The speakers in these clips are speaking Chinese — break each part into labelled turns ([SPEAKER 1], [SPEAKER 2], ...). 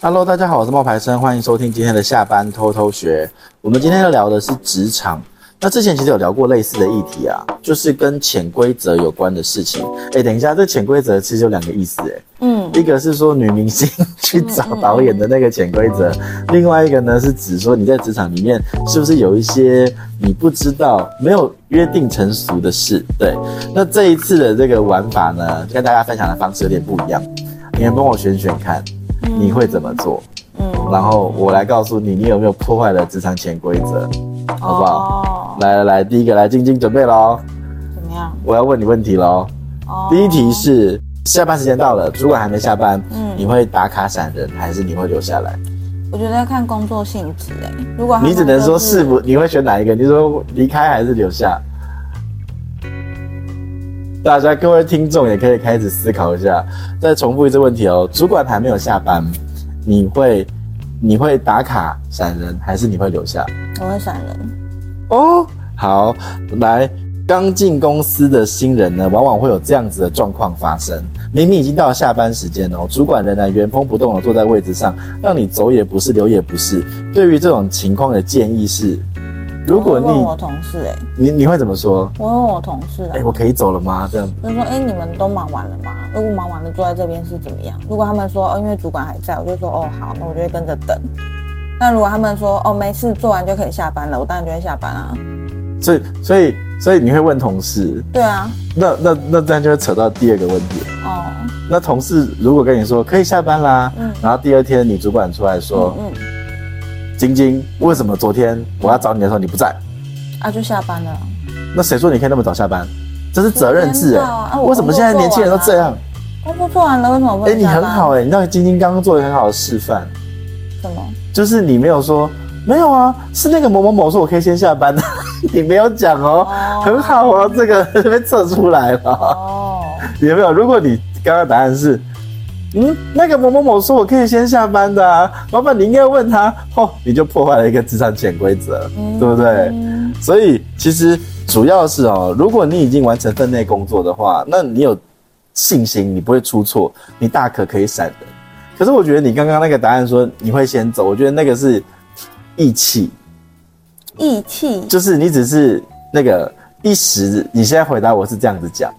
[SPEAKER 1] Hello，大家好，我是冒牌生，欢迎收听今天的下班偷偷学。我们今天要聊的是职场。那之前其实有聊过类似的议题啊，就是跟潜规则有关的事情。哎，等一下，这潜规则其实有两个意思哎。
[SPEAKER 2] 嗯，
[SPEAKER 1] 一个是说女明星去找导演的那个潜规则，另外一个呢是指说你在职场里面是不是有一些你不知道、没有约定成熟的事。对，那这一次的这个玩法呢，跟大家分享的方式有点不一样，你们帮我选选看，你会怎么做？
[SPEAKER 2] 嗯，
[SPEAKER 1] 然后我来告诉你，你有没有破坏了职场潜规则，好不好？
[SPEAKER 2] 好？
[SPEAKER 1] 来来来，第一个来，晶晶准备喽，
[SPEAKER 2] 哦怎么样？
[SPEAKER 1] 我要问你问题喽。
[SPEAKER 2] 哦
[SPEAKER 1] 第一题是下班时间到了，主管还没下班，
[SPEAKER 2] 嗯
[SPEAKER 1] 你会打卡闪人，还是你会留下来？
[SPEAKER 2] 我觉得要看工作性质哎、如果他们
[SPEAKER 1] 你只能说
[SPEAKER 2] 就是
[SPEAKER 1] 不，你会选哪一个？你说离开还是留下？大家各位听众也可以开始思考一下。再重复一次问题哦，主管还没有下班，你会你会打卡闪人，还是你会留下？
[SPEAKER 2] 我会闪人，
[SPEAKER 1] 哦，好，来，刚进公司的新人呢，往往会有这样子的状况发生。明明已经到了下班时间哦，主管仍然原封不动的坐在位置上，让你走也不是，留也不是。对于这种情况的建议是，如果
[SPEAKER 2] 我会问我同事哎、
[SPEAKER 1] 你你你会怎么说？
[SPEAKER 2] 我会问我同事啊
[SPEAKER 1] 哎、，我可以走了吗？这样
[SPEAKER 2] 就说哎、你们都忙完了吗？如果忙完了坐在这边是怎么样？如果他们说哦，因为主管还在，我就说哦好，那我就会跟着等。那如果他们说哦没事，做完就可以下班了，我当然就会下班啊。
[SPEAKER 1] 所以所以所以你会问同事，
[SPEAKER 2] 对啊，
[SPEAKER 1] 那那那这样就会扯到第二个问题。
[SPEAKER 2] 哦，
[SPEAKER 1] 那同事如果跟你说可以下班啦，
[SPEAKER 2] 嗯
[SPEAKER 1] 然后第二天你主管出来说，
[SPEAKER 2] 嗯嗯，
[SPEAKER 1] 晶晶，为什么昨天我要找你的时候你不在？
[SPEAKER 2] 啊就下班了。
[SPEAKER 1] 那谁说你可以那么早下班？这是责任制
[SPEAKER 2] 我知
[SPEAKER 1] 哎、
[SPEAKER 2] 道啊我
[SPEAKER 1] 为什么现在年轻人都这样？
[SPEAKER 2] 工作做完了，为什么不
[SPEAKER 1] 哎、
[SPEAKER 2] 能
[SPEAKER 1] 你
[SPEAKER 2] 下班？
[SPEAKER 1] 很好哎、你知道晶晶刚刚做了一个很好的示范，
[SPEAKER 2] 什么？
[SPEAKER 1] 就是你没有说没有啊，是那个某某某说我可以先下班的， 你没有讲哦，
[SPEAKER 2] 哦
[SPEAKER 1] 很好哦，这个被测出来了，
[SPEAKER 2] 哦，
[SPEAKER 1] 有没有？如果你刚刚答案是。嗯，那个某某某说我可以先下班的啊，老板你应该问他哦，你就破坏了一个职场潜规则，
[SPEAKER 2] 嗯
[SPEAKER 1] 对不对？所以其实主要是哦，如果你已经完成分内工作的话，那你有信心，你不会出错，你大可可以闪人。可是我觉得你刚刚那个答案说你会先走，我觉得那个是义气，
[SPEAKER 2] 义气
[SPEAKER 1] 就是你只是那个一时，你现在回答我是这样子讲，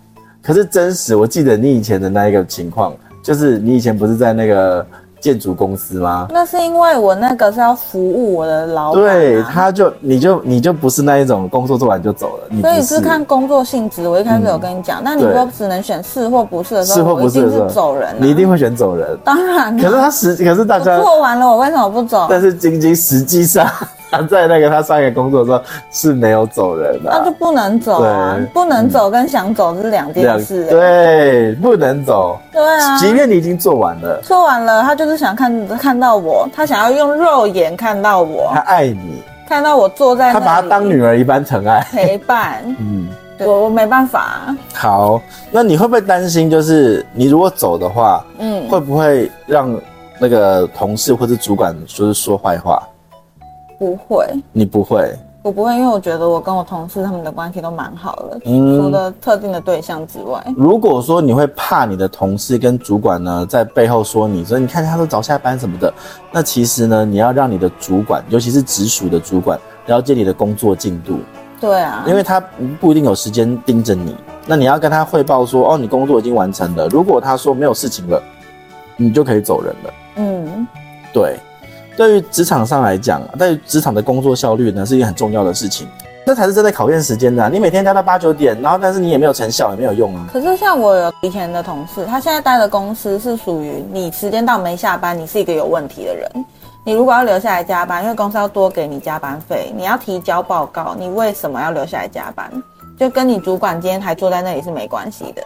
[SPEAKER 1] 可是真实，我记得你以前的那一个情况，就是你以前不是在那个建筑公司吗？
[SPEAKER 2] 那是因为我那个是要服务我的老板、啊，
[SPEAKER 1] 对，他就你就你就不是那一种工作做完就走了，你不
[SPEAKER 2] 所以
[SPEAKER 1] 是嗯
[SPEAKER 2] 是看工作性质。我一开始有跟你讲，那你
[SPEAKER 1] 对
[SPEAKER 2] 说只能选是或不是的时候，
[SPEAKER 1] 是或不是
[SPEAKER 2] 我
[SPEAKER 1] 的
[SPEAKER 2] 一
[SPEAKER 1] 时候
[SPEAKER 2] 定是走人、啊。
[SPEAKER 1] 你一定会选走人。
[SPEAKER 2] 当然、
[SPEAKER 1] 可
[SPEAKER 2] 啊，
[SPEAKER 1] 是他实，可是大家
[SPEAKER 2] 我，做完了，我为什么不走？
[SPEAKER 1] 但是晶晶实际上他在那个他上一个工作的时候是没有走人啊的、
[SPEAKER 2] 那就不能走啊
[SPEAKER 1] 对！
[SPEAKER 2] 不能走跟想走是两件事、欸。
[SPEAKER 1] 对，不能走，
[SPEAKER 2] 对啊，
[SPEAKER 1] 即便你已经做完了，
[SPEAKER 2] 做完了，他就是想看看到我，他想要用肉眼看到我
[SPEAKER 1] 他，爱你，
[SPEAKER 2] 看到我坐在
[SPEAKER 1] 他
[SPEAKER 2] 那里，
[SPEAKER 1] 把他当女儿一般疼爱。
[SPEAKER 2] 陪伴。
[SPEAKER 1] 嗯，
[SPEAKER 2] 我我没办法啊、
[SPEAKER 1] 好，那你会不会担心，就是你如果走的话，
[SPEAKER 2] 嗯，
[SPEAKER 1] 会不会让那个同事或是主管就是说坏话？
[SPEAKER 2] 不会。
[SPEAKER 1] 你不会，
[SPEAKER 2] 我不会，因为我觉得我跟我同事他们的关系都蛮好的，
[SPEAKER 1] 嗯
[SPEAKER 2] 除了特定的对象之外，
[SPEAKER 1] 如果说你会怕你的同事跟主管呢在背后说你，所以你看他都早下班什么的，那其实呢，你要让你的主管，尤其是直属的主管，了解你的工作进度，
[SPEAKER 2] 对啊，
[SPEAKER 1] 因为他不一定有时间盯着你。那你要跟他汇报说，哦，你工作已经完成了。如果他说没有事情了，你就可以走人了。
[SPEAKER 2] 嗯，
[SPEAKER 1] 对，对于职场上来讲，对于职场的工作效率呢，是一件很重要的事情。那才是真的考验时间的啊、你每天加到八九点，然后但是你也没有成效，也没有用啊。
[SPEAKER 2] 可是像我有以前的同事，他现在待的公司是属于你时间到没下班，你是一个有问题的人。你如果要留下来加班，因为公司要多给你加班费，你要提交报告，你为什么要留下来加班？就跟你主管今天还坐在那里是没关系的。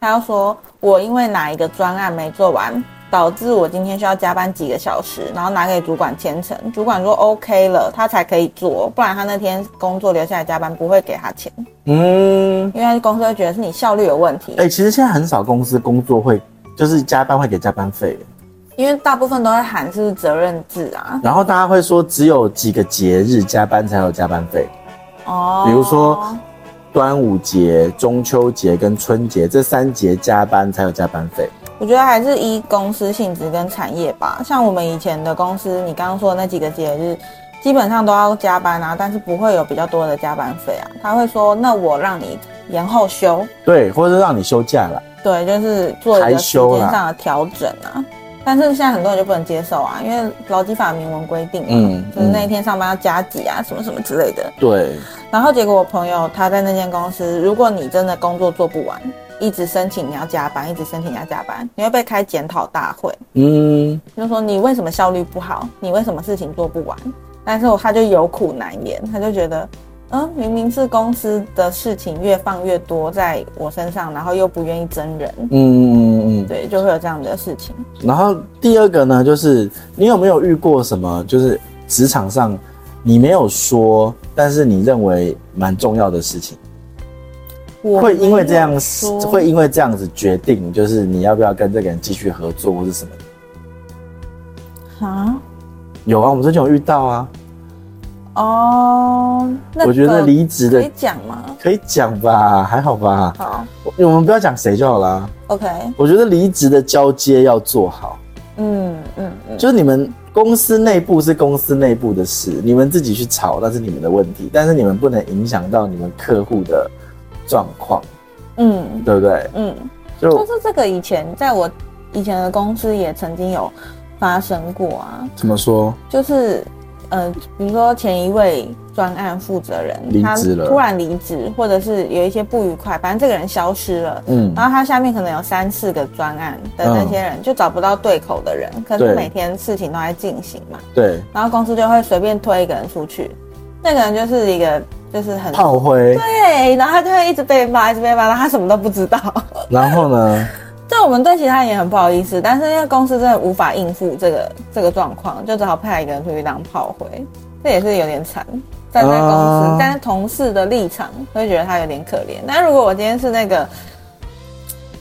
[SPEAKER 2] 他要说，我因为哪一个专案没做完，导致我今天需要加班几个小时，然后拿给主管签呈，主管说 OK 了，他才可以做，不然他那天工作留下来加班不会给他钱，
[SPEAKER 1] 嗯，
[SPEAKER 2] 因为公司会觉得是你效率有问题。
[SPEAKER 1] 哎、其实现在很少公司工作会就是加班会给加班费，
[SPEAKER 2] 因为大部分都会喊是责任制啊。
[SPEAKER 1] 然后大家会说只有几个节日加班才有加班费，
[SPEAKER 2] 哦，
[SPEAKER 1] 比如说端午节、中秋节跟春节这三节加班才有加班费。
[SPEAKER 2] 我觉得还是依公司性质跟产业吧。像我们以前的公司，你刚刚说的那几个节日，基本上都要加班啊，但是不会有比较多的加班费啊。他会说，那我让你延后休，
[SPEAKER 1] 对，或者让你休假了。
[SPEAKER 2] 对，就是做一
[SPEAKER 1] 还
[SPEAKER 2] 个时
[SPEAKER 1] 休啦
[SPEAKER 2] 间上的调整啊。但是现在很多人就不能接受啊，因为劳基法明文规定嘛，
[SPEAKER 1] 嗯
[SPEAKER 2] 就是那一
[SPEAKER 1] 嗯
[SPEAKER 2] 天上班要加几啊，什么什么之类的。
[SPEAKER 1] 对，
[SPEAKER 2] 然后结果我朋友他在那间公司，如果你真的工作做不完，一直申请你要加班，一直申请你要加班，你会被开检讨大会，
[SPEAKER 1] 嗯，
[SPEAKER 2] 就说你为什么效率不好，你为什么事情做不完。但是我他就有苦难言，他就觉得，嗯，明明是公司的事情越放越多在我身上，然后又不愿意真人，
[SPEAKER 1] 嗯嗯嗯嗯。
[SPEAKER 2] 对，就会有这样的事情。
[SPEAKER 1] 然后第二个呢，就是你有没有遇过什么，就是职场上你没有说，但是你认为蛮重要的事情，
[SPEAKER 2] 我
[SPEAKER 1] 会因为这样
[SPEAKER 2] 没有说，
[SPEAKER 1] 会因为这样子决定，就是你要不要跟这个人继续合作或是什么的？
[SPEAKER 2] 啊，
[SPEAKER 1] 有啊，我们之前有遇到啊，
[SPEAKER 2] 哦，那
[SPEAKER 1] 我觉得
[SPEAKER 2] 个哎
[SPEAKER 1] 离职
[SPEAKER 2] 可
[SPEAKER 1] 的
[SPEAKER 2] 以讲吗？
[SPEAKER 1] 可以讲吧，还好吧，
[SPEAKER 2] 好
[SPEAKER 1] 我我们不要讲谁就好啦。
[SPEAKER 2] ，OK，
[SPEAKER 1] 我觉得离职的交接要做好，
[SPEAKER 2] 嗯嗯嗯，
[SPEAKER 1] 就是你们公司内部是公司内部的事，你们自己去吵那是你们的问题，但是你们不能影响到你们客户的状况，
[SPEAKER 2] 嗯
[SPEAKER 1] 对不对？
[SPEAKER 2] 嗯，但
[SPEAKER 1] 就是
[SPEAKER 2] 这个以前在我以前的公司也曾经有发生过啊，
[SPEAKER 1] 怎么说？
[SPEAKER 2] 就是呃，比如说前一位专案负责人
[SPEAKER 1] 离
[SPEAKER 2] 他
[SPEAKER 1] 职了
[SPEAKER 2] 突然离职，或者是有一些不愉快，反正这个人消失了。
[SPEAKER 1] 嗯
[SPEAKER 2] 然后他下面可能有三四个专案的那些人，就找不到对口的人，可
[SPEAKER 1] 对
[SPEAKER 2] 是每天事情都在进行嘛，
[SPEAKER 1] 对，
[SPEAKER 2] 然后公司就会随便推一个人出去，那个人就是一个就是很
[SPEAKER 1] 炮灰，
[SPEAKER 2] 对，然后他就会一直被骂，一直被骂，然后他什么都不知道。
[SPEAKER 1] 然后呢？
[SPEAKER 2] 这我们对其他人也很不好意思，但是因为公司真的无法应付这个这个状况，就只好派一个人出去当炮灰，这也是有点惨。站在公司，
[SPEAKER 1] 啊
[SPEAKER 2] 但是同事的立场会觉得他有点可怜。但如果我今天是那个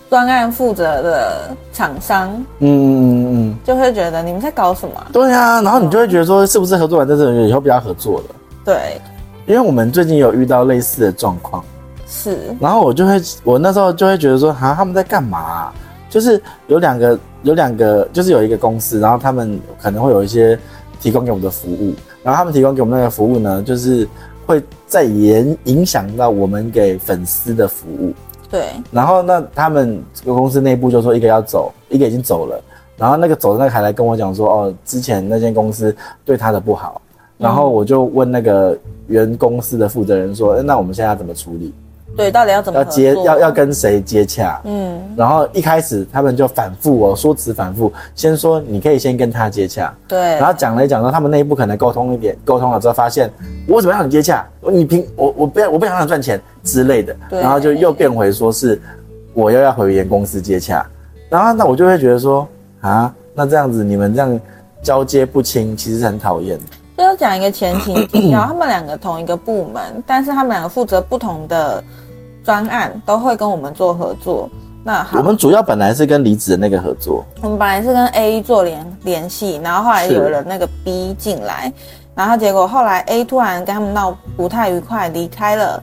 [SPEAKER 2] 专案负责的厂商，
[SPEAKER 1] 嗯嗯嗯嗯，
[SPEAKER 2] 就会觉得你们在搞什么啊、
[SPEAKER 1] 对啊，然后你就会觉得说，是不是合作完这种人以后不要合作了？
[SPEAKER 2] 对，
[SPEAKER 1] 因为我们最近有遇到类似的状况，
[SPEAKER 2] 是，
[SPEAKER 1] 然后我就会，我那时候就会觉得说，哈，他们在干嘛啊、就是有两个，有两个，就是有一个公司，然后他们可能会有一些提供给我们的服务，然后他们提供给我们那个服务呢，就是会再延影响到我们给粉丝的服务。
[SPEAKER 2] 对，
[SPEAKER 1] 然后那他们这个公司内部就说一个要走，一个已经走了，然后那个走的那个还来跟我讲说，哦，之前那间公司对他的不好，然后我就问那个原公司的负责人说，哎诶那我们现在要怎么处理？
[SPEAKER 2] 对，到底要怎么
[SPEAKER 1] 要
[SPEAKER 2] 合
[SPEAKER 1] 接
[SPEAKER 2] 作
[SPEAKER 1] 要要跟谁接洽？
[SPEAKER 2] 嗯，
[SPEAKER 1] 然后一开始他们就反复哦，说辞反复，先说你可以先跟他接洽，
[SPEAKER 2] 对
[SPEAKER 1] 然，后讲了一讲之后，他们内部可能沟通一点，沟通了之后发现我怎么让你接洽？你凭我我不要我不想让你赚钱之类的，
[SPEAKER 2] 对
[SPEAKER 1] 然后就又变回说是我又要回原公司接洽，然后那我就会觉得说啊，那这样子你们这样交接不清，其实很讨厌。
[SPEAKER 2] 就是讲一个前 情提要，他们两个同一个部门，但是他们两个负责不同的专案，都会跟我们做合作。那好，
[SPEAKER 1] 我
[SPEAKER 2] 我们
[SPEAKER 1] 们主要本来是跟离职的那个合作，
[SPEAKER 2] 本来是跟 A 做联联系，然后后来
[SPEAKER 1] 是
[SPEAKER 2] 有了那个 B 进来，然后结果后来 A 突然跟他们闹不太愉快，离开了，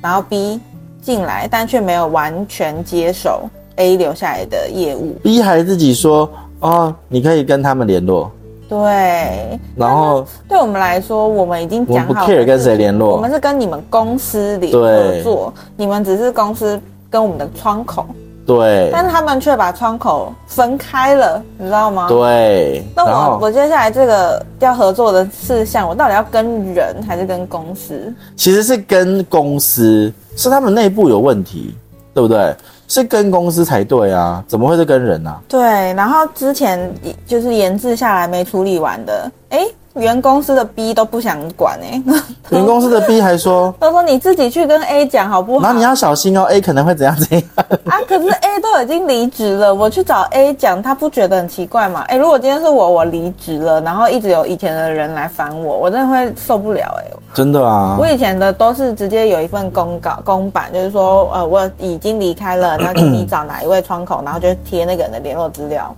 [SPEAKER 2] 然后 B 进来，但却没有完全接手 A 留下来的业务。
[SPEAKER 1] B 还自己说哦，你可以跟他们联络，
[SPEAKER 2] 对，
[SPEAKER 1] 然后
[SPEAKER 2] 对我们来说，我们已经
[SPEAKER 1] 我
[SPEAKER 2] 讲
[SPEAKER 1] 们不
[SPEAKER 2] 好
[SPEAKER 1] care
[SPEAKER 2] 了
[SPEAKER 1] 跟谁联
[SPEAKER 2] 我
[SPEAKER 1] 络
[SPEAKER 2] 们，是跟你们公司里
[SPEAKER 1] 对
[SPEAKER 2] 合作，你们只是公司跟我们的窗口，
[SPEAKER 1] 对
[SPEAKER 2] 但是他们却把窗口分开了，你知道吗？
[SPEAKER 1] 对，
[SPEAKER 2] 那
[SPEAKER 1] 然
[SPEAKER 2] 我
[SPEAKER 1] 后
[SPEAKER 2] 我接下来这个要合作的事项，我到底要跟人还是跟公司？
[SPEAKER 1] 其实是跟公司，是他们内部有问题，对不对？是跟公司才对啊，怎么会是跟人啊？
[SPEAKER 2] 对，然后之前就是研制下来没处理完的，哎，原公司的 B 都不想管哎、诶
[SPEAKER 1] 原公司的 B 还说，
[SPEAKER 2] 都说你自己去跟 A 讲好不好？
[SPEAKER 1] 然后你要小心哦，A 可能会怎样怎样。
[SPEAKER 2] 啊，可是 A 都已经离职了，我去找 A 讲，他不觉得很奇怪吗？哎、如果今天是我，我离职了，然后一直有以前的人来烦我，我真的会受不了哎、
[SPEAKER 1] 真的啊
[SPEAKER 2] 我，以前的都是直接有一份公告公版，就是说，呃，我已经离开了，那请你找哪一位窗口，然后就贴那个人的联络资料。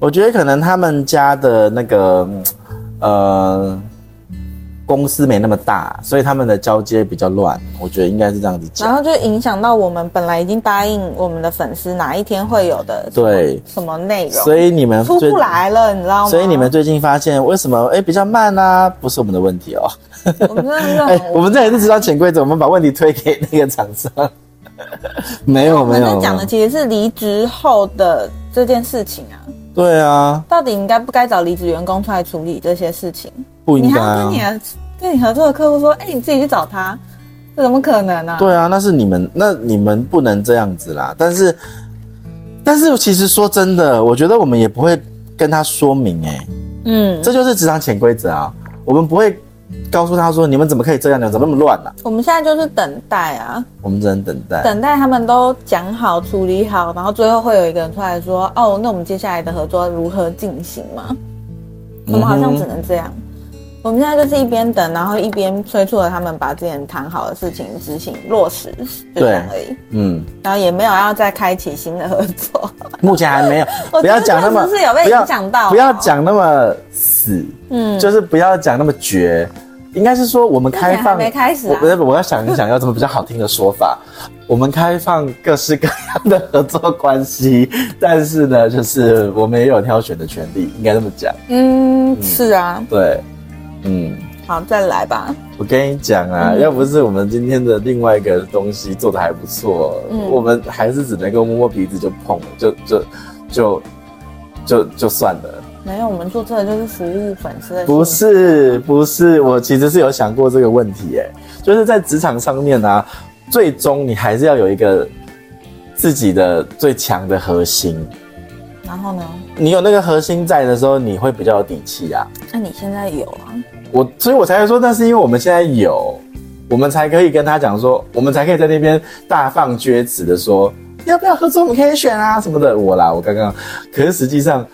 [SPEAKER 1] 我觉得可能他们家的那个，嗯呃，公司没那么大，所以他们的交接比较乱，我觉得应该是这样子
[SPEAKER 2] 然
[SPEAKER 1] 讲。
[SPEAKER 2] 后就影响到我们本来已经答应我们的粉丝哪一天会有的什么
[SPEAKER 1] 对
[SPEAKER 2] 什么内容，
[SPEAKER 1] 所以你们
[SPEAKER 2] 出
[SPEAKER 1] 最
[SPEAKER 2] 不来啊了，你知道吗？
[SPEAKER 1] 所以你们最近发现为什么哎比较慢啦、不是我们的问题哦。
[SPEAKER 2] 我们真的是
[SPEAKER 1] 哎、
[SPEAKER 2] 很无
[SPEAKER 1] 我们这也是知道潜规则，我们把问题推给那个厂商。没有
[SPEAKER 2] 我
[SPEAKER 1] 没
[SPEAKER 2] 们
[SPEAKER 1] 有
[SPEAKER 2] 在，讲的其实是离职后的这件事情啊，
[SPEAKER 1] 对啊，
[SPEAKER 2] 到底应该不该找离职员工出来处理这些事情？
[SPEAKER 1] 不
[SPEAKER 2] 你
[SPEAKER 1] 应
[SPEAKER 2] 还
[SPEAKER 1] 该
[SPEAKER 2] 要
[SPEAKER 1] 啊
[SPEAKER 2] 跟你。的跟你合作的客户说，哎、你自己去找他，这怎么可能呢、啊？
[SPEAKER 1] 对啊，那是你们，那你们不能这样子啦。但是，但是其实说真的，我觉得我们也不会跟他说明、哎，
[SPEAKER 2] 嗯，
[SPEAKER 1] 这就是职场潜规则啊。我们不会告诉他说你们怎么可以这样，你们怎么那么乱呢、啊
[SPEAKER 2] 我们现在就是等待啊，
[SPEAKER 1] 我们只能等待。
[SPEAKER 2] 等待他们都讲好、处理好，然后最后会有一个人出来说，哦，那我们接下来的合作如何进行嘛？我们好像只能这样。
[SPEAKER 1] 嗯
[SPEAKER 2] 我们现在就是一边等，然后一边催促着他们把之前谈好的事情执行落实，就这样而已。
[SPEAKER 1] 嗯，
[SPEAKER 2] 然后也没有要再开启新的合 作。
[SPEAKER 1] 目前还没有
[SPEAKER 2] ，我
[SPEAKER 1] 不要讲那么
[SPEAKER 2] 真的是有被
[SPEAKER 1] 不要
[SPEAKER 2] 影响到啊
[SPEAKER 1] 不要讲那么死，
[SPEAKER 2] 嗯，
[SPEAKER 1] 就是不要讲那么绝，应该是说我们开
[SPEAKER 2] 目前还
[SPEAKER 1] 放
[SPEAKER 2] 没开始啊
[SPEAKER 1] 我我我要想一想要怎么比较好听的说法， 我们开放各式各样的合作关系，但是呢，就是我们也有挑选的权利，应该这么讲，
[SPEAKER 2] 嗯，是啊，
[SPEAKER 1] 对，嗯。
[SPEAKER 2] 好，再来吧。
[SPEAKER 1] 我跟你讲啊，
[SPEAKER 2] 嗯
[SPEAKER 1] 要不是我们今天的另外一个东西做的还不错，
[SPEAKER 2] 嗯
[SPEAKER 1] 我们还是只能够摸摸鼻子就碰，就就就就就算了。
[SPEAKER 2] 没有，我们做这个就是服务粉丝的。
[SPEAKER 1] 不，是不是，我其实是有想过这个问题、哎，就是在职场上面啊，最终你还是要有一个自己的最强的核心。
[SPEAKER 2] 然后呢？
[SPEAKER 1] 你有那个核心在的时候，你会比较有底气啊。
[SPEAKER 2] 那、你现在有啊？
[SPEAKER 1] 我所以，我才会说，那是因为我们现在有，我们才可以跟他讲说，我们才可以在那边大放厥词的说，要不要合作，我们可以选啊什么的。我啦，我刚刚，可是实际上，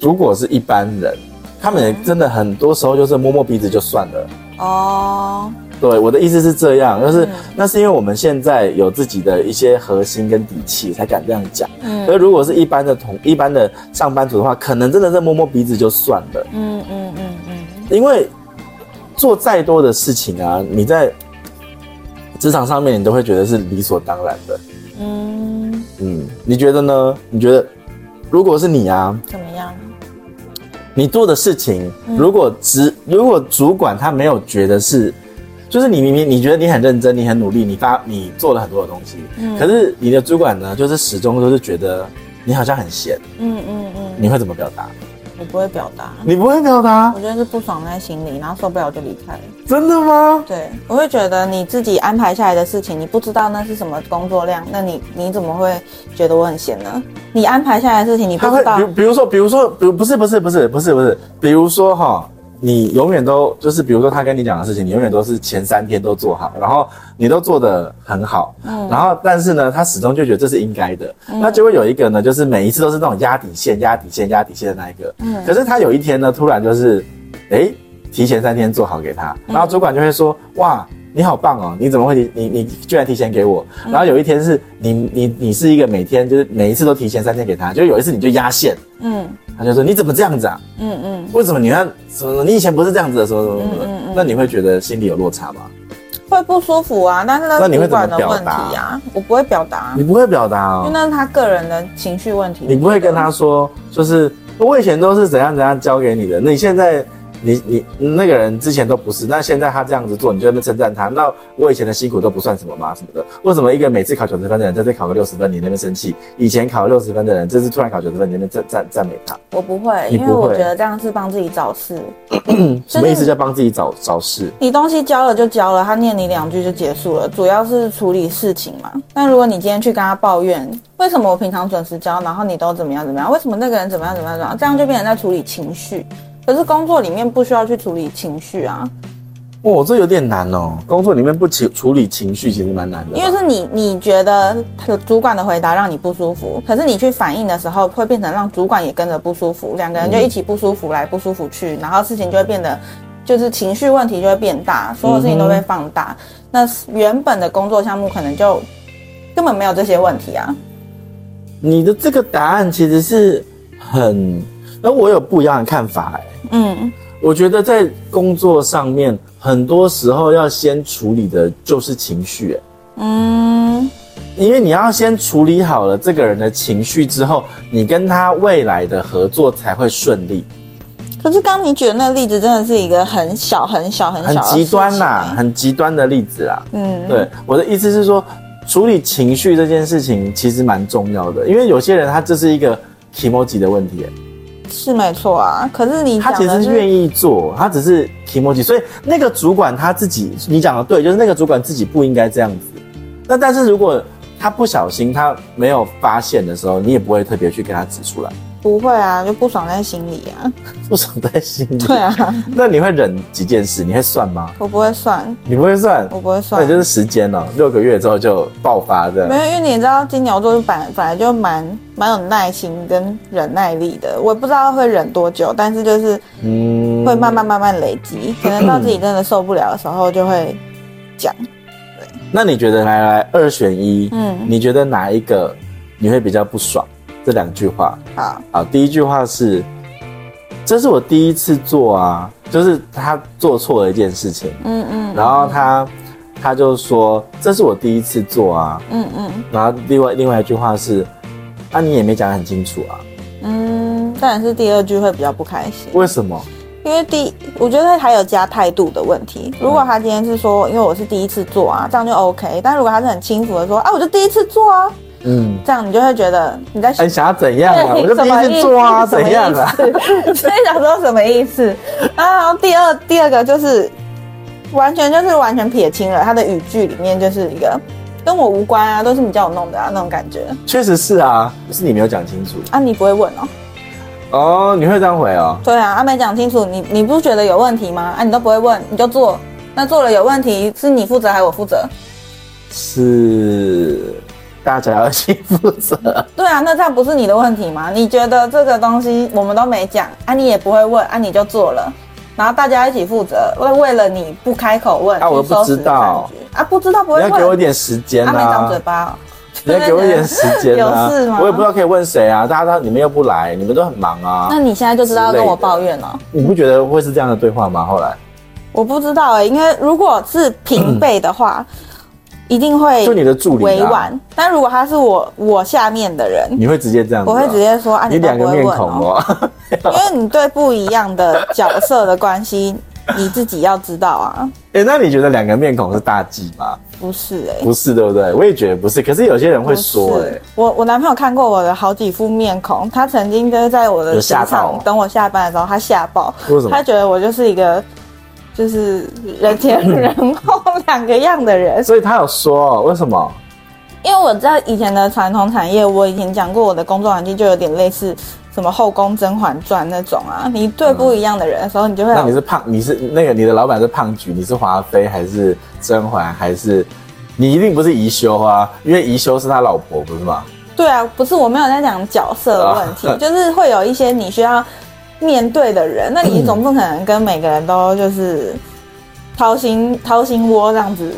[SPEAKER 1] 如果是一般人，他们也真的很多时候就是摸摸鼻子就算了。
[SPEAKER 2] 哦，
[SPEAKER 1] 对，我的意思是这样，就是、
[SPEAKER 2] 嗯
[SPEAKER 1] 那是因为我们现在有自己的一些核心跟底气，才敢这样讲。
[SPEAKER 2] 嗯
[SPEAKER 1] 而如果是一般的同一般的上班族的话，可能真的是摸摸鼻子就算了。
[SPEAKER 2] 嗯嗯嗯嗯，
[SPEAKER 1] 因为做再多的事情啊，你在职场上面，你都会觉得是理所当然的。
[SPEAKER 2] 嗯，
[SPEAKER 1] 嗯，你觉得呢？你觉得如果是你啊，
[SPEAKER 2] 怎么样？
[SPEAKER 1] 你做的事情，如果职如果主管他没有觉得是，就是你明明你觉得你很认真，你很努力，你发你做了很多的东西，可是你的主管呢，就是始终都是觉得你好像很闲，
[SPEAKER 2] 嗯嗯嗯，
[SPEAKER 1] 你会怎么表达？
[SPEAKER 2] 我不会表达，
[SPEAKER 1] 你不会表达
[SPEAKER 2] 我，觉得是不爽在心里，然后受不了就离开了。
[SPEAKER 1] 真的吗？
[SPEAKER 2] 对，我会觉得你自己安排下来的事情，你不知道那是什么工作量，那你你怎么会觉得我很闲呢？你安排下来的事情，你
[SPEAKER 1] 他
[SPEAKER 2] 不
[SPEAKER 1] 会
[SPEAKER 2] 知道
[SPEAKER 1] 比，如比如说，比如说，比如不是不是不是不是不是，比如说哈，你永远都就是，比如说他跟你讲的事情，你永远都是前三天都做好，然后你都做得很好，然后但是呢，他始终就觉得这是应该的，那就会有一个呢，就是每一次都是那种压底线、压底线、压底线的那一个，可是他有一天呢，突然就是，诶，提前三天做好给他，
[SPEAKER 2] 嗯
[SPEAKER 1] 然后主管就会说，哇。你好棒哦！你怎么会提你你居然提前给我？
[SPEAKER 2] 嗯
[SPEAKER 1] 然后有一天是你你你是一个每天就是每一次都提前三天给他，就有一次你就压线，
[SPEAKER 2] 嗯
[SPEAKER 1] 他就说你怎么这样子啊？
[SPEAKER 2] 嗯嗯，
[SPEAKER 1] 为什么你看什么？你以前不是这样子的，什么什么什么的？
[SPEAKER 2] 嗯嗯嗯
[SPEAKER 1] 那你会觉得心里有落差吗？
[SPEAKER 2] 会不舒服啊，但是那
[SPEAKER 1] 那
[SPEAKER 2] 是
[SPEAKER 1] 你会
[SPEAKER 2] 主
[SPEAKER 1] 怎么
[SPEAKER 2] 管的
[SPEAKER 1] 表
[SPEAKER 2] 问题
[SPEAKER 1] 达
[SPEAKER 2] 啊，我不会表达
[SPEAKER 1] 你，不会表达
[SPEAKER 2] 因为
[SPEAKER 1] 哦，
[SPEAKER 2] 那是他个人的情绪问题。
[SPEAKER 1] 你不会跟他说，就是我以前都是怎样怎样教给你的，那你现在。你你那个人之前都不是，那现在他这样子做，你就在那边称赞他，那我以前的辛苦都不算什么吗？什么的？为什么一个每次考九十分的人，在这考个六十分，你那边生气？以前考六十分的人，这次突然考九十分，你那边赞赞赞美他，
[SPEAKER 2] 我不会，
[SPEAKER 1] 你
[SPEAKER 2] 因为
[SPEAKER 1] 不
[SPEAKER 2] 我
[SPEAKER 1] 会
[SPEAKER 2] 觉得这样是帮自己找事。
[SPEAKER 1] 什么意思？叫帮自己找找事？
[SPEAKER 2] 你东西交了就交了，他念你两句就结束了，主要是处理事情嘛。那如果你今天去跟他抱怨，为什么我平常准时交，然后你都怎么样怎么样？为什么那个人怎么样怎么样怎么样？这样就变成在处理情绪。可是工作里面不需要去处理情绪啊，
[SPEAKER 1] 哦，这有点难哦。工作里面不情处理情绪，其实蛮难的吧。
[SPEAKER 2] 因为是你你觉得主管的回答让你不舒服，可是你去反应的时候，会变成让主管也跟着不舒服，两个人就一起不舒服来不舒服去，然后事情就会变得，就是情绪问题就会变大，所有事情都被放
[SPEAKER 1] 嗯
[SPEAKER 2] 大。那原本的工作项目可能就根本没有这些问题啊。
[SPEAKER 1] 你的这个答案其实是很，那我有不一样的看法哎、
[SPEAKER 2] 嗯
[SPEAKER 1] 我觉得在工作上面，很多时候要先处理的就是情绪、欸
[SPEAKER 2] 嗯，
[SPEAKER 1] 因为你要先处理好了这个人的情绪之后，你跟他未来的合作才会顺利。
[SPEAKER 2] 可是刚你举的那个例子真的是一个很小很小很小
[SPEAKER 1] 很
[SPEAKER 2] 的
[SPEAKER 1] 极端
[SPEAKER 2] 事情
[SPEAKER 1] 啦，很极端的例子啦。
[SPEAKER 2] 嗯，
[SPEAKER 1] 对，我的意思是说，处理情绪这件事情其实蛮重要的，因为有些人他这是一个 emoji 的问题、欸
[SPEAKER 2] 是没错啊。可是你
[SPEAKER 1] 他
[SPEAKER 2] 讲
[SPEAKER 1] 其
[SPEAKER 2] 的
[SPEAKER 1] 实
[SPEAKER 2] 是
[SPEAKER 1] 愿意做，他只是 emoji，所以那个主管他自己，你讲的对，就是那个主管自己不应该这样子。那但是如果他不小心，他没有发现的时候，你也不会特别去跟他指出来，
[SPEAKER 2] 不会啊，就不爽在心里 啊。
[SPEAKER 1] 不爽在心里。
[SPEAKER 2] 对啊，
[SPEAKER 1] 那你会忍几件事？你会算吗？
[SPEAKER 2] 我不会算，
[SPEAKER 1] 你不会算，
[SPEAKER 2] 我不会
[SPEAKER 1] 那
[SPEAKER 2] 算
[SPEAKER 1] 你。就是时间哦，六个月之后就爆发这
[SPEAKER 2] 没
[SPEAKER 1] 样。
[SPEAKER 2] 有，因为你也知道金牛座就本本来就蛮蛮有耐心跟忍耐力的，我也不知道会忍多久，但是就是
[SPEAKER 1] 嗯
[SPEAKER 2] 会慢慢慢慢累积，可能到自己真的受不了的时候就会讲。
[SPEAKER 1] 那你觉得来来二选一，
[SPEAKER 2] 嗯
[SPEAKER 1] 你觉得哪一个你会比较不爽？这两句话
[SPEAKER 2] 好，
[SPEAKER 1] 啊，第一句话是，这是我第一次做啊，就是他做错了一件事情，
[SPEAKER 2] 嗯嗯
[SPEAKER 1] 然后他他就说这是我第一次做啊，
[SPEAKER 2] 嗯嗯
[SPEAKER 1] 然后另外另外一句话是，啊你也没讲得很清楚啊，
[SPEAKER 2] 嗯，当然是第二句会比较不开心。
[SPEAKER 1] 为什么？
[SPEAKER 2] 因为第，我觉得还有加态度的问题。如果他今天是说，因为我是第一次做啊，这样就 OK。但如果他是很轻浮的说，啊，我就第一次做啊，
[SPEAKER 1] 嗯。
[SPEAKER 2] 这样你就会觉得你在
[SPEAKER 1] 哎，你想要怎样啊？我就
[SPEAKER 2] 什
[SPEAKER 1] 第一
[SPEAKER 2] 么意
[SPEAKER 1] 次
[SPEAKER 2] 思
[SPEAKER 1] 做啊，
[SPEAKER 2] 什么
[SPEAKER 1] 怎
[SPEAKER 2] 意
[SPEAKER 1] 样啊？
[SPEAKER 2] 思所以想说什么意思？然后第二第二个就是完全就是完全撇清了，他的语句里面就是一个跟我无关啊，都是你叫我弄的啊那种感觉
[SPEAKER 1] 确实是啊，是你没有讲清楚
[SPEAKER 2] 啊，你不会问哦。
[SPEAKER 1] 哦，你会这样回哦。
[SPEAKER 2] 对啊，阿、没讲清楚，你你不觉得有问题吗？啊，你都不会问，你就做。那做了有问题，是你负责还是我负责？
[SPEAKER 1] 是大家要去负责，
[SPEAKER 2] 对啊，那这样不是你的问题吗？你觉得这个东西我们都没讲啊，你也不会问啊，你就做了，然后大家一起负责。为为了你不开口问，
[SPEAKER 1] 啊我
[SPEAKER 2] 去收拾
[SPEAKER 1] 不知道
[SPEAKER 2] 饭局啊，不知道不
[SPEAKER 1] 你
[SPEAKER 2] 会
[SPEAKER 1] 要
[SPEAKER 2] 问，
[SPEAKER 1] 给我一点时间
[SPEAKER 2] 啊，没长
[SPEAKER 1] 啊
[SPEAKER 2] 嘴！巴、哦，
[SPEAKER 1] 你要给我一点时间啊！
[SPEAKER 2] 有事吗
[SPEAKER 1] 我也不知道可以问谁啊，大家都你们又不来，你们都很忙啊
[SPEAKER 2] 那。你现在就知道跟我抱怨了、
[SPEAKER 1] 你不觉得会是这样的对话吗？后来
[SPEAKER 2] 我不知道哎、因为如果是平辈的话，一定会
[SPEAKER 1] 就你的助理啊
[SPEAKER 2] 委婉，但如果他是我我下面的人，
[SPEAKER 1] 你会直接这样子啊？
[SPEAKER 2] 我会直接说啊，
[SPEAKER 1] 你
[SPEAKER 2] 都
[SPEAKER 1] 两
[SPEAKER 2] 不
[SPEAKER 1] 个
[SPEAKER 2] 会
[SPEAKER 1] 面
[SPEAKER 2] 问
[SPEAKER 1] 孔
[SPEAKER 2] 哦，
[SPEAKER 1] 哦。
[SPEAKER 2] 因为你对不一样的角色的关系，你自己要知道啊，
[SPEAKER 1] 哎，那你觉得两个面孔是大忌 吗？
[SPEAKER 2] 不是哎、
[SPEAKER 1] 不是，对不对？我也觉得不是，可是有些人会
[SPEAKER 2] 不
[SPEAKER 1] 说，哎
[SPEAKER 2] 是，我我男朋友看过我的好几副面孔，他曾经就是在我的
[SPEAKER 1] 有
[SPEAKER 2] 职
[SPEAKER 1] 吓到
[SPEAKER 2] 场
[SPEAKER 1] 吗
[SPEAKER 2] 等我下班的时候，他吓爆，
[SPEAKER 1] 为什么
[SPEAKER 2] 他觉得我就是一个就是人前人后两个样 的人，
[SPEAKER 1] 所以他有说、哦、为什么？
[SPEAKER 2] 因为我在以前的传统产业，我以前讲过我的工作环境就有点类似什么后宫《甄嬛传》那种啊，你对不一样的人的时候，你就会
[SPEAKER 1] 嗯那你
[SPEAKER 2] 有
[SPEAKER 1] 是胖，你是那个你的老板是胖菊，你是华妃还是甄嬛还是？你一定不是宜修啊，因为宜修是他老婆，不是吗？
[SPEAKER 2] 对啊，不是我没有在讲角色的问题，
[SPEAKER 1] 啊
[SPEAKER 2] 就是会有一些你需要面对的人，那你总不可能跟每个人都就是掏心掏心窝这样子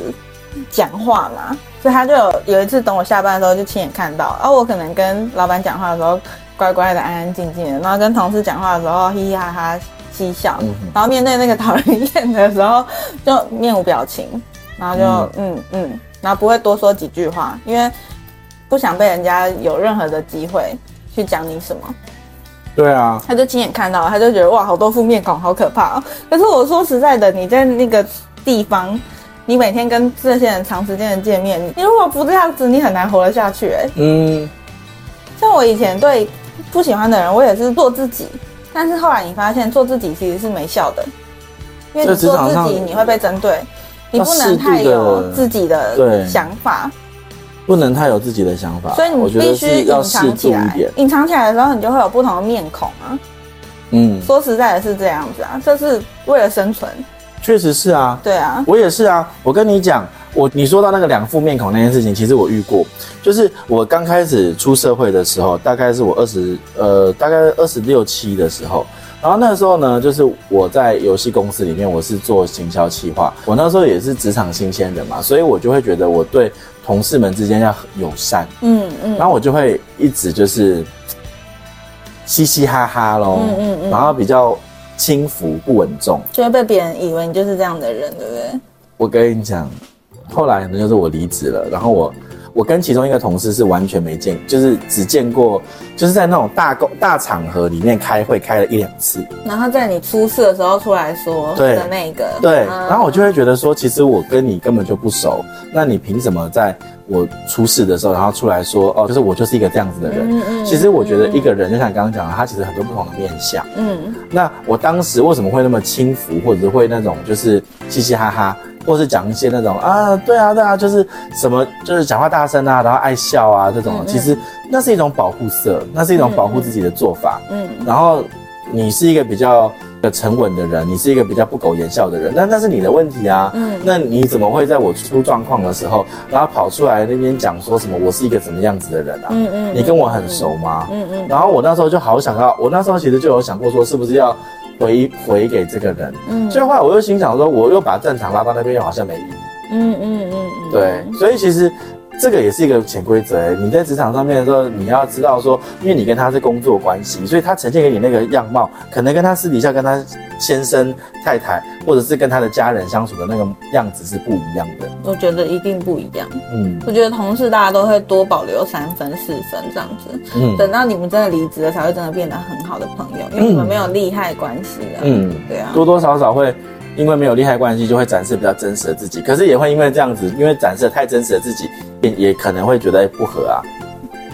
[SPEAKER 2] 讲话嘛。所以他就有有一次等我下班的时候，就亲眼看到，然、哦后我可能跟老板讲话的时候乖乖的安安静静的，然后跟同事讲话的时候嘻嘻哈哈嬉笑，
[SPEAKER 1] 嗯哼
[SPEAKER 2] 然后面对那个讨人厌的时候就面无表情，然后就嗯嗯然后不会多说几句话，因为不想被人家有任何的机会去讲你什么。
[SPEAKER 1] 对啊，
[SPEAKER 2] 他就亲眼看到，他就觉得哇，好多副面孔，好可怕、哦。可是我说实在的，你在那个地方，你每天跟这些人长时间的见面，你如果不这样子，你很难活得下去、哎，
[SPEAKER 1] 嗯，
[SPEAKER 2] 像我以前对不喜欢的人，我也是做自己，但是后来你发现做自己其实是没效的，因为你
[SPEAKER 1] 在职
[SPEAKER 2] 做
[SPEAKER 1] 场上
[SPEAKER 2] 自己你会被针对，你不
[SPEAKER 1] 要适
[SPEAKER 2] 能
[SPEAKER 1] 度
[SPEAKER 2] 太
[SPEAKER 1] 地
[SPEAKER 2] 有自己的
[SPEAKER 1] 对
[SPEAKER 2] 想法。
[SPEAKER 1] 不能太有自己的想法，
[SPEAKER 2] 所以
[SPEAKER 1] 我
[SPEAKER 2] 你
[SPEAKER 1] 觉
[SPEAKER 2] 必
[SPEAKER 1] 得
[SPEAKER 2] 须
[SPEAKER 1] 是要
[SPEAKER 2] 隐
[SPEAKER 1] 适
[SPEAKER 2] 藏
[SPEAKER 1] 度
[SPEAKER 2] 起
[SPEAKER 1] 一
[SPEAKER 2] 来
[SPEAKER 1] 点，。
[SPEAKER 2] 隐藏起来的时候，你就会有不同的面孔啊。
[SPEAKER 1] 嗯，
[SPEAKER 2] 说实在的是这样子啊，这是为了生存，
[SPEAKER 1] 确实是啊，
[SPEAKER 2] 对啊，
[SPEAKER 1] 我也是啊，我跟你讲，我你说到那个两副面孔那件事情，其实我遇过，就是我刚开始出社会的时候，大概是我二十呃，大概二十六七的时候。然后那时候呢，就是我在游戏公司里面，我是做行销企划。我那时候也是职场新鲜人嘛，所以我就会觉得我对同事们之间要很友善，
[SPEAKER 2] 嗯嗯
[SPEAKER 1] 然后我就会一直就是嘻嘻哈哈咯，
[SPEAKER 2] 嗯嗯嗯
[SPEAKER 1] 然后比较轻浮不稳重。
[SPEAKER 2] 就会被别人以为你就是这样的人，对不对？
[SPEAKER 1] 我跟你讲，后来呢就是我离职了，然后我我跟其中一个同事是完全没见，就是只见过，就是在那种大公大场合里面开会开了一两次，
[SPEAKER 2] 然后在你出事的时候出来说
[SPEAKER 1] 对
[SPEAKER 2] 的那个，
[SPEAKER 1] 对，
[SPEAKER 2] 嗯
[SPEAKER 1] 然后我就会觉得说，其实我跟你根本就不熟，那你凭什么在我出事的时候，然后出来说哦，就是我就是一个这样子的人？
[SPEAKER 2] 嗯嗯
[SPEAKER 1] 其实我觉得一个人就像刚刚讲的，他其实很多不同的面相。
[SPEAKER 2] 嗯，
[SPEAKER 1] 那我当时为什么会那么轻浮，或者是会那种就是嘻嘻哈哈，或是讲一些那种啊，对啊对啊，就是什么就是讲话大声啊，然后爱笑啊这种，
[SPEAKER 2] 嗯嗯
[SPEAKER 1] 其实那是一种保护色，那是一种保护自己的做法。
[SPEAKER 2] 嗯
[SPEAKER 1] 然后你是一个比较沉稳的人，你是一个比较不苟言笑的人，那那是你的问题啊。
[SPEAKER 2] 嗯
[SPEAKER 1] 那你怎么会在我出状况的时候，然后跑出来那边讲说什么我是一个什么样子的人啊？
[SPEAKER 2] 嗯嗯，
[SPEAKER 1] 你跟我很熟吗？
[SPEAKER 2] 嗯，嗯
[SPEAKER 1] 然后我那时候就好想到，我那时候其实就有想过说，是不是要回回给这个人？
[SPEAKER 2] 嗯
[SPEAKER 1] 所以后来我又心想说，我又把战场拉到那边，又好像没意义。
[SPEAKER 2] 嗯嗯嗯嗯，
[SPEAKER 1] 对，所以其实这个也是一个潜规则欸。你在职场上面的时候，你要知道说，因为你跟他是工作关系，所以他呈现给你那个样貌，可能跟他私底下跟他先生、太太，或者是跟他的家人相处的那个样子是不一样的。
[SPEAKER 2] 我觉得一定不一样。
[SPEAKER 1] 嗯
[SPEAKER 2] 我觉得同事大家都会多保留三分四分这样子，
[SPEAKER 1] 嗯
[SPEAKER 2] 等到你们真的离职了，才会真的变得很好的朋友，因为你们没有利害关系了。
[SPEAKER 1] 嗯，
[SPEAKER 2] 对啊，
[SPEAKER 1] 多多少少会。因为没有利害关系，就会展示比较真实的自己。可是也会因为这样子，因为展示的太真实的自己，也也可能会觉得哎不合啊，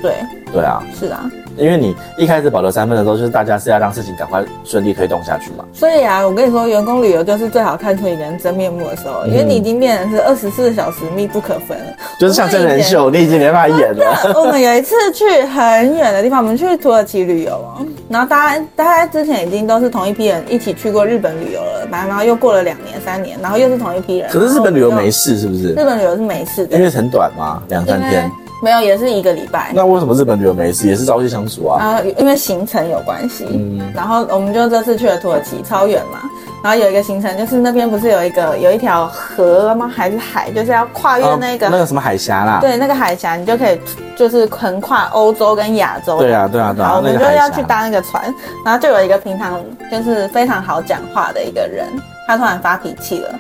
[SPEAKER 2] 对，
[SPEAKER 1] 对啊，
[SPEAKER 2] 是啊。
[SPEAKER 1] 因为你一开始保留三分的时候，就是大家是要让事情赶快顺利推动下去嘛。
[SPEAKER 2] 所以啊，我跟你说，员工旅游就是最好看出一个人真面目的时候，
[SPEAKER 1] 嗯
[SPEAKER 2] 因为你已经变成是二十四小时密不可分了。
[SPEAKER 1] 就是像真人秀，你已经没办法演了。
[SPEAKER 2] 我们有一次去很远的地方，我们去土耳其旅游哦，然后大家大家之前已经都是同一批人一起去过日本旅游了，然后又过了两年三年，然后又是同一批人。
[SPEAKER 1] 可是日本旅游没
[SPEAKER 2] 事，
[SPEAKER 1] 事，是不是？
[SPEAKER 2] 日本旅游是没事的，
[SPEAKER 1] 因为很短嘛，两三
[SPEAKER 2] 因为
[SPEAKER 1] 天。
[SPEAKER 2] 没有也是一个礼拜。
[SPEAKER 1] 那为什么日本旅游没事？也是朝夕相处啊。
[SPEAKER 2] 然后因为行程有关系，
[SPEAKER 1] 嗯
[SPEAKER 2] 然后我们就这次去了土耳其，超远嘛。然后有一个行程就是那边不是有一个有一条河吗？还是海？就是要跨越
[SPEAKER 1] 啊
[SPEAKER 2] 那个、
[SPEAKER 1] 那个什么海峡啦。
[SPEAKER 2] 对那个海峡，你就可以就是横跨欧洲跟亚洲。
[SPEAKER 1] 对啊，对啊，对
[SPEAKER 2] 然后
[SPEAKER 1] 啊
[SPEAKER 2] 我，
[SPEAKER 1] 那
[SPEAKER 2] 们
[SPEAKER 1] 个
[SPEAKER 2] 就
[SPEAKER 1] 海
[SPEAKER 2] 要
[SPEAKER 1] 峡。
[SPEAKER 2] 去搭那个船，然后就有一个平常就是非常好讲话的一个人，他突然发脾气了，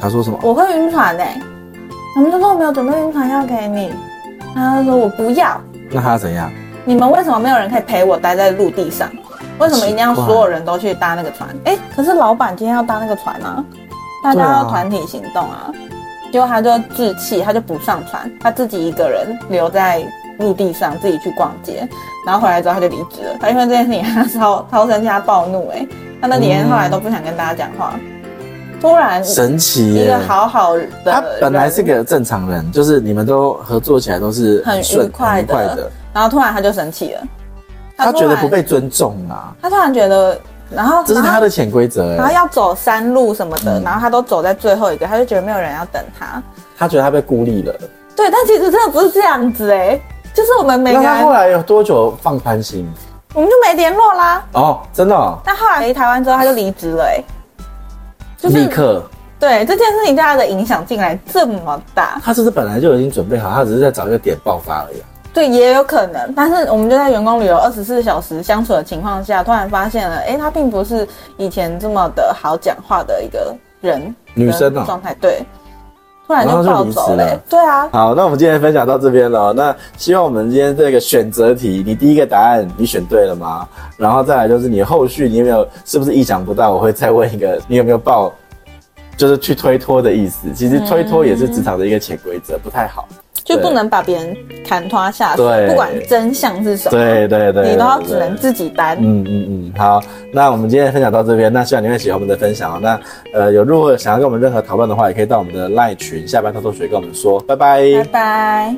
[SPEAKER 1] 他说什么？
[SPEAKER 2] 我会晕船呢、欸我们就说我没有准备晕船药给你，然后他就说我不要，
[SPEAKER 1] 那他怎样？
[SPEAKER 2] 你们为什么没有人可以陪我待在陆地上？为什么一定要
[SPEAKER 1] 奇怪
[SPEAKER 2] 所有人都去搭那个船？哎、可是老板今天要搭那个船啊，大家
[SPEAKER 1] 对啊
[SPEAKER 2] 要团体行动啊。结果他就置气，他就不上船，他自己一个人留在陆地上自己去逛街，然后回来之后他就离职了。他因为这件事情他超超生气，他暴怒哎、他那几天后来都不想跟大家讲话。突然
[SPEAKER 1] 神奇
[SPEAKER 2] 一
[SPEAKER 1] 耶
[SPEAKER 2] 个！好好的人，
[SPEAKER 1] 他本来是个正常人，就是你们都合作起来都是
[SPEAKER 2] 很愉
[SPEAKER 1] 顺
[SPEAKER 2] 快
[SPEAKER 1] 很
[SPEAKER 2] 的
[SPEAKER 1] 快的。
[SPEAKER 2] 然后突然他就生气了，
[SPEAKER 1] 他觉
[SPEAKER 2] 突
[SPEAKER 1] 得
[SPEAKER 2] 然
[SPEAKER 1] 不被尊重啊，
[SPEAKER 2] 他突然觉得，然后
[SPEAKER 1] 这是
[SPEAKER 2] 然后
[SPEAKER 1] 他的潜规则
[SPEAKER 2] 然后
[SPEAKER 1] 哎。
[SPEAKER 2] 要走山路什么
[SPEAKER 1] 嗯
[SPEAKER 2] 的，然后他都走在最后一个，他就觉得没有人要等他。
[SPEAKER 1] 他觉得他被孤立了。
[SPEAKER 2] 对，但其实真的不是这样子哎、就是我们每个
[SPEAKER 1] 那他后
[SPEAKER 2] 人，
[SPEAKER 1] 来有多久放宽心？
[SPEAKER 2] 我们就没联络啦。
[SPEAKER 1] 哦，真的哦，
[SPEAKER 2] 但后来回台湾之后，他就离职了哎、就是
[SPEAKER 1] 立刻。
[SPEAKER 2] 对这件事情对他的影响竟然这么大，
[SPEAKER 1] 他是不是本来就已经准备好，他只是在找一个点爆发而已啊、
[SPEAKER 2] 对也有可能。但是我们就在员工旅游二十四小时相处的情况下，突然发现了，哎、他并不是以前这么的好讲话的一个人，
[SPEAKER 1] 女生啊
[SPEAKER 2] 状态对，突然
[SPEAKER 1] 然
[SPEAKER 2] 就
[SPEAKER 1] 后就
[SPEAKER 2] 暴
[SPEAKER 1] 离
[SPEAKER 2] 走
[SPEAKER 1] 职
[SPEAKER 2] 了欸、
[SPEAKER 1] 了
[SPEAKER 2] 对啊，
[SPEAKER 1] 好，那我们今天分享到这边了。那希望我们今天这个选择题，你第一个答案你选对了吗？然后再来就是你后续你有没有是不是意想不到？我会再问一个，你有没有报，就是去推脱的意思？其实推脱也是职场的一个潜规则，不太好。
[SPEAKER 2] 就不
[SPEAKER 1] 对
[SPEAKER 2] 能把别人砍拖下水，
[SPEAKER 1] 对
[SPEAKER 2] 不管真相是什么，
[SPEAKER 1] 对对对，
[SPEAKER 2] 你都要
[SPEAKER 1] 对
[SPEAKER 2] 只能自己担。
[SPEAKER 1] 嗯嗯嗯，好，那我们今天分享到这边，那希望你会喜欢我们的分享哦。那呃，有如果想要跟我们任何讨论的话，也可以到我们的赖群下班偷偷学跟我们说，拜拜
[SPEAKER 2] 拜拜。